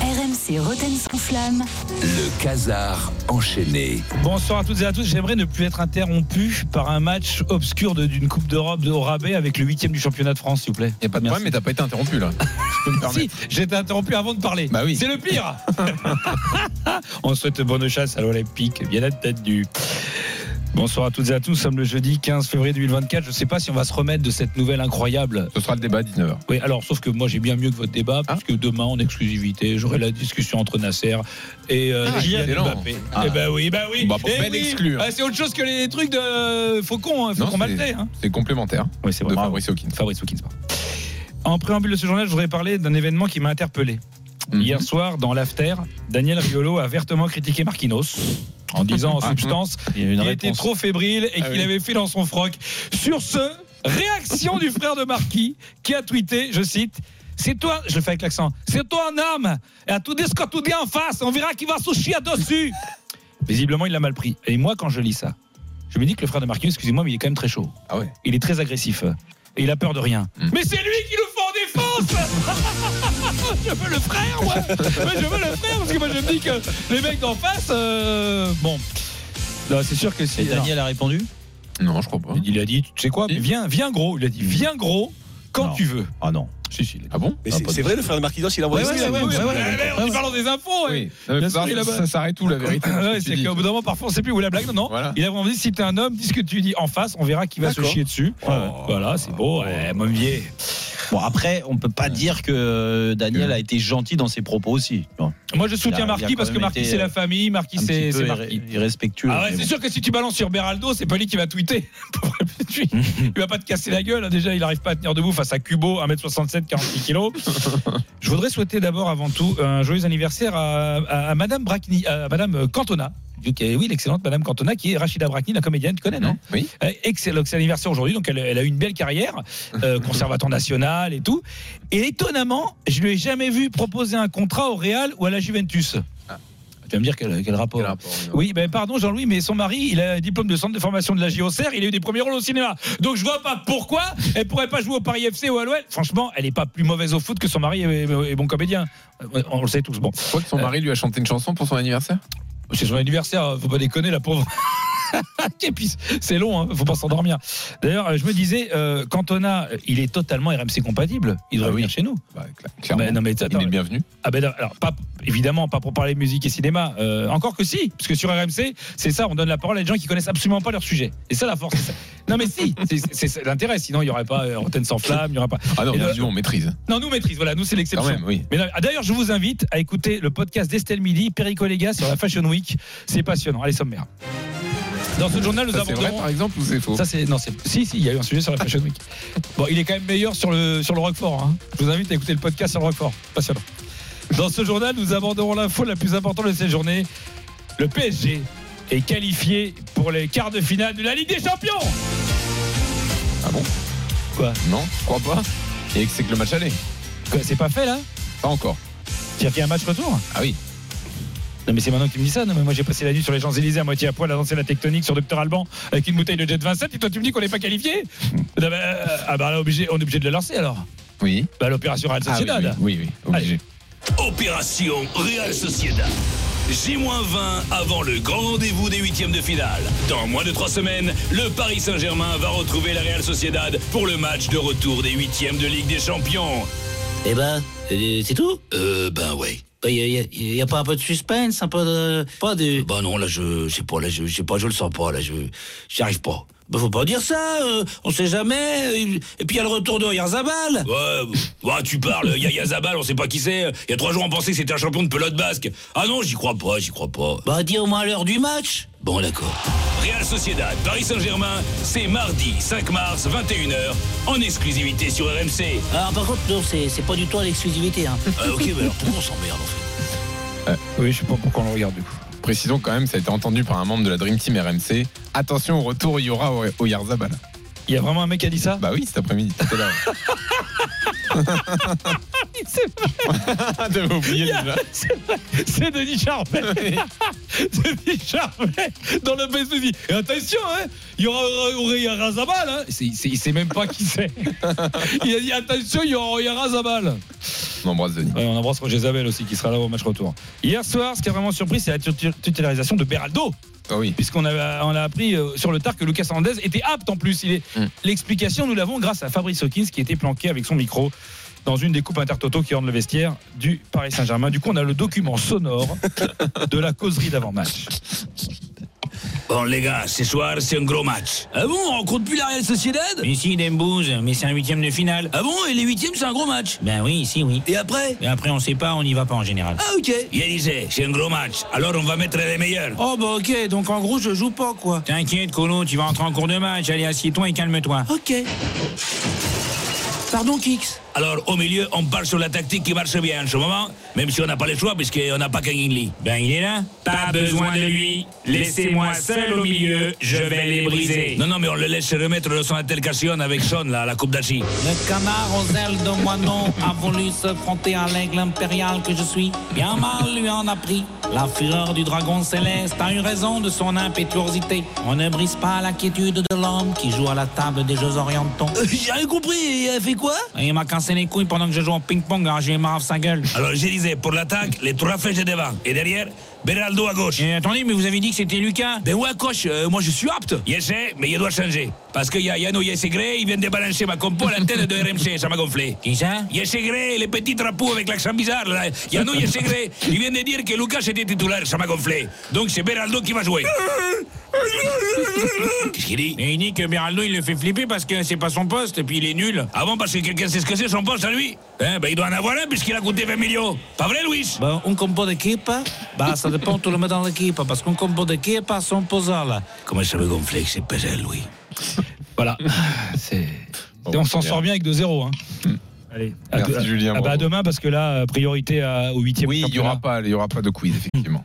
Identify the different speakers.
Speaker 1: RMC Roten sans flamme.
Speaker 2: le casar enchaîné.
Speaker 3: Bonsoir à toutes et à tous. J'aimerais ne plus être interrompu par un match obscur de- d'une Coupe d'Europe de au rabais avec le huitième du championnat de France, s'il vous plaît.
Speaker 4: Y a pas de
Speaker 3: Merci.
Speaker 4: problème, mais t'as pas été interrompu là. Je peux me permettre.
Speaker 3: Si, j'ai été interrompu avant de parler.
Speaker 4: Bah oui.
Speaker 3: C'est le pire. On souhaite bonne chasse à l'Olympique. Bien la tête du. Bonsoir à toutes et à tous. Nous sommes le jeudi 15 février 2024. Je ne sais pas si on va se remettre de cette nouvelle incroyable.
Speaker 4: Ce sera le débat à 19h.
Speaker 3: Oui, alors, sauf que moi, j'ai bien mieux que votre débat,
Speaker 4: Ah.
Speaker 3: parce que demain, en exclusivité, j'aurai la discussion entre Nasser et euh,
Speaker 4: Ah,
Speaker 3: Kylian
Speaker 4: excellent.
Speaker 3: Mbappé.
Speaker 4: Ah.
Speaker 3: Eh ben oui, ben oui.
Speaker 4: Bah, pour
Speaker 3: eh
Speaker 4: belle
Speaker 3: oui.
Speaker 4: exclue, hein.
Speaker 3: Ah, c'est autre chose que les trucs de Faucon, hein, Faucon
Speaker 4: Non, c'est-
Speaker 3: Maltais. Hein.
Speaker 4: C'est complémentaire
Speaker 3: Oui, c'est
Speaker 4: de Fabrice Hawkins.
Speaker 3: Fabrice Hawkins, pardon. En préambule de ce journal, je voudrais parler d'un événement qui m'a interpellé.
Speaker 4: Mhm.
Speaker 3: Hier soir, dans l'after, Daniel Riolo a vertement critiqué Marquinhos en disant en substance
Speaker 5: Ah, Il y a une
Speaker 3: qu'il
Speaker 5: réponse.
Speaker 3: était trop fébrile et
Speaker 4: Ah
Speaker 3: qu'il
Speaker 4: oui.
Speaker 3: avait fait dans son froc. Sur ce, réaction du frère de Marquis qui a tweeté, je cite, c'est toi, je le fais avec l'accent, c'est toi un homme, et à tout dire ce que tu dis en face, on verra qui va se chier dessus. Visiblement, il l'a mal pris. Et moi, quand je lis ça, je me dis que le frère de Marquinhos, excusez-moi, mais il est quand même très chaud.
Speaker 4: Ah ouais.
Speaker 3: Il est très agressif. euh, Et il a peur de rien.
Speaker 4: Mm.
Speaker 3: Mais c'est lui qui nous fait en défense Je veux le frère, moi Ouais, Je veux le frère, parce que moi je me dis que les mecs d'en face. euh, Bon. Non, c'est sûr que si.
Speaker 5: Et Daniel a répondu
Speaker 4: Non, je crois pas.
Speaker 3: Alors, il a dit, tu sais quoi,
Speaker 4: Si.
Speaker 3: viens, viens gros. Il a dit, viens gros quand
Speaker 5: Non.
Speaker 3: tu veux.
Speaker 5: Ah non.
Speaker 3: Si, si, il a dit.
Speaker 4: Ah bon
Speaker 6: Mais c'est- c'est vrai, le frère de Marquinhos, il a
Speaker 3: Ouais,
Speaker 6: envoyé hein.
Speaker 3: ouais,
Speaker 6: ça,
Speaker 3: ouais,
Speaker 6: il a
Speaker 3: ouais,
Speaker 6: dit,
Speaker 3: ouais,
Speaker 6: c'est
Speaker 3: ouais,
Speaker 6: vrai.
Speaker 3: ouais, on est parlant des infos. ouais.
Speaker 4: Oui. Non, mais
Speaker 3: Bien
Speaker 4: ça,
Speaker 3: sûr, il a-
Speaker 4: ça s'arrête tout la vérité.
Speaker 3: Ah Ouais,
Speaker 4: Tu
Speaker 3: c'est
Speaker 4: dis-
Speaker 3: qu'au bout d'un moment, parfois, on sait plus où est la blague. Non, non.
Speaker 4: Voilà.
Speaker 3: Il a vraiment dit si t'es un homme, dis ce que tu dis en face, on verra qui va se
Speaker 4: D'accord.
Speaker 3: chier dessus. Voilà, c'est beau. Ouais, mon vieil.
Speaker 5: Bon, après, on peut pas dire que euh, Daniel a été gentil dans ses propos aussi. Bon,
Speaker 3: Moi, je
Speaker 5: Il
Speaker 3: soutiens
Speaker 5: a- il a
Speaker 3: Marquis
Speaker 5: quand
Speaker 3: parce que
Speaker 5: même
Speaker 3: Marquis,
Speaker 5: été,
Speaker 3: c'est la
Speaker 5: euh,
Speaker 3: famille. Marquis,
Speaker 5: un
Speaker 3: c'est
Speaker 5: petit peu
Speaker 3: c'est
Speaker 5: irré-
Speaker 3: Marquis.
Speaker 5: irrespectueux.
Speaker 3: Ah ouais,
Speaker 5: mais
Speaker 3: c'est
Speaker 5: bon.
Speaker 3: sûr que si tu balances sur Beraldo, c'est pas lui qui va tweeter. il va pas te casser la gueule. hein. Déjà, il arrive pas à tenir debout face à Cubo, 1m67, 46 kilos. Je voudrais souhaiter d'abord, avant tout, un joyeux anniversaire à, à- à Madame Bracni, à Madame Cantona. Ok, oui, l'excellente Madame Cantona, qui est Rachida Brakni, la comédienne, tu connais, non
Speaker 4: Oui.
Speaker 3: Euh, Excellent c'est anniversaire aujourd'hui, donc elle, elle a eu une belle carrière, euh, conservateur national et tout. Et étonnamment, je ne l'ai jamais vu proposer un contrat au Real ou à la Juventus. Tu vas me dire quel, quel rapport
Speaker 4: Quel rapport, non.
Speaker 3: Oui, ben pardon Jean-Louis, mais son mari, il a un diplôme de centre de formation de la JOCR, il a eu des premiers rôles au cinéma. Donc je vois pas pourquoi elle pourrait pas jouer au Paris FC ou à l'OL. Franchement, elle est pas plus mauvaise au foot que son mari est, est bon comédien. Euh, On le sait tous. Bon,
Speaker 4: Je crois que son mari lui a chanté une chanson pour son anniversaire.
Speaker 3: c'est son anniversaire, faut pas déconner la pauvre. Et puis, c'est long, hein, faut pas s'endormir. D'ailleurs, euh, je me disais, euh, Cantona, il est totalement RMC compatible. Il doit
Speaker 4: Ah oui.
Speaker 3: venir chez nous.
Speaker 4: Bah, cla- clairement.
Speaker 3: Mais non, mais
Speaker 4: il
Speaker 3: attends,
Speaker 4: est le bienvenu.
Speaker 3: Ah ben non, alors pas évidemment pas pour parler musique et cinéma. euh, encore que si, parce que sur RMC, c'est ça, on donne la parole à des gens qui connaissent absolument pas leur sujet. Et ça la force. c'est ça. Non mais si, c'est- c'est c'est l'intérêt. Sinon il y aurait pas euh, Antenne sans flamme, il y aurait pas.
Speaker 4: Ah non,
Speaker 3: Et le-
Speaker 4: nous, on maîtrise.
Speaker 3: Non nous maîtrise. Voilà, nous c'est
Speaker 4: Quand
Speaker 3: l'exception.
Speaker 4: même, oui.
Speaker 3: Mais non, ah, d'ailleurs, je vous invite à écouter le podcast d'Estelle Midi, Perico Léga sur la Fashion Week. C'est passionnant. Allez sommaire. Dans ce journal, nous
Speaker 4: Ça, C'est vrai,
Speaker 3: abordons.
Speaker 4: par exemple, ou c'est faux
Speaker 3: Ça c'est non c'est si si il y a eu un sujet sur la Fashion Week. Bon il est quand même meilleur sur le sur le Roquefort. hein. Je vous invite à écouter le podcast sur le Roquefort. Passionnant. Dans ce journal nous aborderons l'info la plus importante de cette journée. Le PSG est qualifié pour les quarts de finale de la Ligue des Champions.
Speaker 4: Ah bon
Speaker 3: Quoi
Speaker 4: Non, je crois pas. Et que c'est que le match allait.
Speaker 3: Quoi, c'est pas fait là
Speaker 4: Pas encore.
Speaker 3: C'est-à-dire qu'il y a un match retour
Speaker 4: Ah oui.
Speaker 3: Non mais c'est maintenant que tu me dis ça. Non mais moi j'ai passé la nuit sur les Champs-Élysées à moitié à poil à danser la tectonique sur Docteur Alban avec une bouteille de Jet 27 et toi tu me dis qu'on n'est pas qualifié
Speaker 4: Mmh.
Speaker 3: Non, mais, euh, Ah bah là obligé, on est obligé de le lancer alors.
Speaker 4: Oui.
Speaker 3: Bah l'opération Real
Speaker 4: Ah oui,
Speaker 3: Sociedad.
Speaker 4: oui, oui, oui, obligé.
Speaker 7: Opération Real Sociedad. J-20 avant le grand rendez-vous des huitièmes de finale. Dans moins de trois semaines, le Paris Saint-Germain va retrouver la Real Sociedad pour le match de retour des huitièmes de Ligue des Champions.
Speaker 8: Eh ben, euh, c'est tout Euh, ben ouais. Il y, a- y a pas un peu de suspense, un peu de... Pas de... Ben non, là, je je sais pas, là, je je sais pas, je le sens pas, là, je... J'y arrive pas. Ben faut pas dire ça, euh, on sait jamais, euh, et puis il y a le retour de Yarzabal
Speaker 7: Ouais, ouais, tu parles, Yaya Zabal, on sait pas qui c'est. Il y a trois jours, on pensait que c'était un champion de pelote basque. Ah non, j'y crois pas, j'y crois pas.
Speaker 8: Bah dis au moins l'heure du match Bon, d'accord.
Speaker 3: Real Sociedad, Paris Saint-Germain, c'est mardi 5 mars, 21h, en exclusivité sur RMC.
Speaker 8: Alors, Ah, par contre, non, c'est c'est pas du tout à l'exclusivité. Hein. Euh, ok, mais alors pourquoi on s'emmerde en fait
Speaker 9: Oui, je sais pas pourquoi on le regarde du coup.
Speaker 4: Précisons quand même, ça a été entendu par un membre de la Dream Team RMC. Attention au retour, il y aura au, au Yarzabal.
Speaker 9: Il y a vraiment un mec qui a dit ça
Speaker 4: Bah oui, cet après-midi, t'étais là. Ah, T'avais oublié déjà.
Speaker 9: C'est Denis Charvet Denis Charvet dans le best de vie. Et attention, hein, il y aura Aurélien Razabal. Hein. C'est- c'est- il sait même pas qui c'est. Il a dit attention, il y aura Aurélien Razabal.
Speaker 4: On embrasse Denis.
Speaker 9: Ouais, on embrasse Roger Zabel aussi qui sera là au match retour. Hier soir, ce qui a vraiment surpris, c'est la tutu- tutélarisation de Beraldo,
Speaker 4: Ah oui.
Speaker 9: puisqu'on a, on a appris euh, sur le tard que Lucas Hernandez était apte en plus. Il est-
Speaker 4: Mm.
Speaker 9: L'explication, nous l'avons grâce à Fabrice Hawkins qui était planqué avec son micro dans une des coupes intertoto qui orne le vestiaire du Paris Saint-Germain. Du coup, on a le document sonore de la causerie d'avant-match.
Speaker 3: Bon les gars, ce soir c'est un gros match. Ah bon, on rencontre plus la Real Sociedad
Speaker 8: Mais si, Dembouz, mais c'est un huitième de finale.
Speaker 3: Ah bon, et les huitièmes c'est un gros match
Speaker 8: Ben oui, si, oui.
Speaker 3: Et après
Speaker 8: Et après, on sait pas, on n'y va pas en général.
Speaker 3: Ah ok. Yalizé, c'est un gros match, alors on va mettre les meilleurs.
Speaker 8: Oh bah ok, donc en gros je joue pas quoi. T'inquiète Colo, tu vas entrer en cours de match, allez assieds-toi et calme-toi. Ok. Pardon Kix.
Speaker 3: Alors au milieu, on parle sur la tactique qui marche bien en ce moment, même si on n'a pas le choix puisqu'on n'a pas qu'un Lee.
Speaker 8: Ben il est là
Speaker 3: Pas besoin de lui, laissez-moi seul au milieu, je vais les briser. Non, non, mais on le laisse se remettre de son altercation avec Sean, là, à la Coupe d'Asie.
Speaker 8: Le canard aux ailes de moineau a voulu se fronter à l'aigle impérial que je suis. Bien mal lui en a pris. La fureur du dragon céleste a eu raison de son impétuosité. On ne brise pas la quiétude de l'homme qui joue à la table des jeux orientaux.
Speaker 3: Euh, J'ai rien compris, il a fait quoi
Speaker 8: Il m'a cassé les couilles pendant que je joue au ping-pong, alors je lui ai marre sa gueule.
Speaker 3: Alors je disais, pour l'attaque, les trois flèches de devant, et derrière, Beraldo à gauche.
Speaker 8: Et attendez, mais vous avez dit que c'était Lucas
Speaker 3: Ben ouais, coach, euh, moi je suis apte. Je sais, mais il doit changer. Parce qu'il y a Yano Yesegré, il vient de balancer ma compo à l'antenne de RMC, ça m'a gonflé.
Speaker 8: Qui ça
Speaker 3: Yesegré, le petit trapou avec l'accent bizarre, là. Yano Yesegré, il vient de dire que Lucas était titulaire, ça m'a gonflé. Donc c'est Beraldo qui va jouer. Qu'est-ce qu'il dit
Speaker 8: Et il dit que Beraldo, il le fait flipper parce que c'est pas son poste et puis il est nul.
Speaker 3: Avant, Ah parce que quelqu'un sait ce que c'est son poste à lui. Hein, ben il doit en avoir un puisqu'il a coûté 20 millions. Pas vrai, Luis
Speaker 8: Bon, Ben, un combo d'équipe, bah, ça dépend tout le monde dans l'équipe parce qu'un combo d'équipe, son posant là.
Speaker 3: Comment ça me gonfler que c'est pesé, Louis
Speaker 9: Voilà. C'est-
Speaker 4: Bon,
Speaker 9: Et on s'en
Speaker 4: super.
Speaker 9: sort bien avec 2-0. hein. Allez, à
Speaker 4: Merci,
Speaker 9: de-
Speaker 4: Julien,
Speaker 9: ah bah, à
Speaker 4: bravo.
Speaker 9: demain, parce que là, euh, priorité à- au 8
Speaker 4: Oui, il n'y aura, pas- il y aura pas de quiz, effectivement.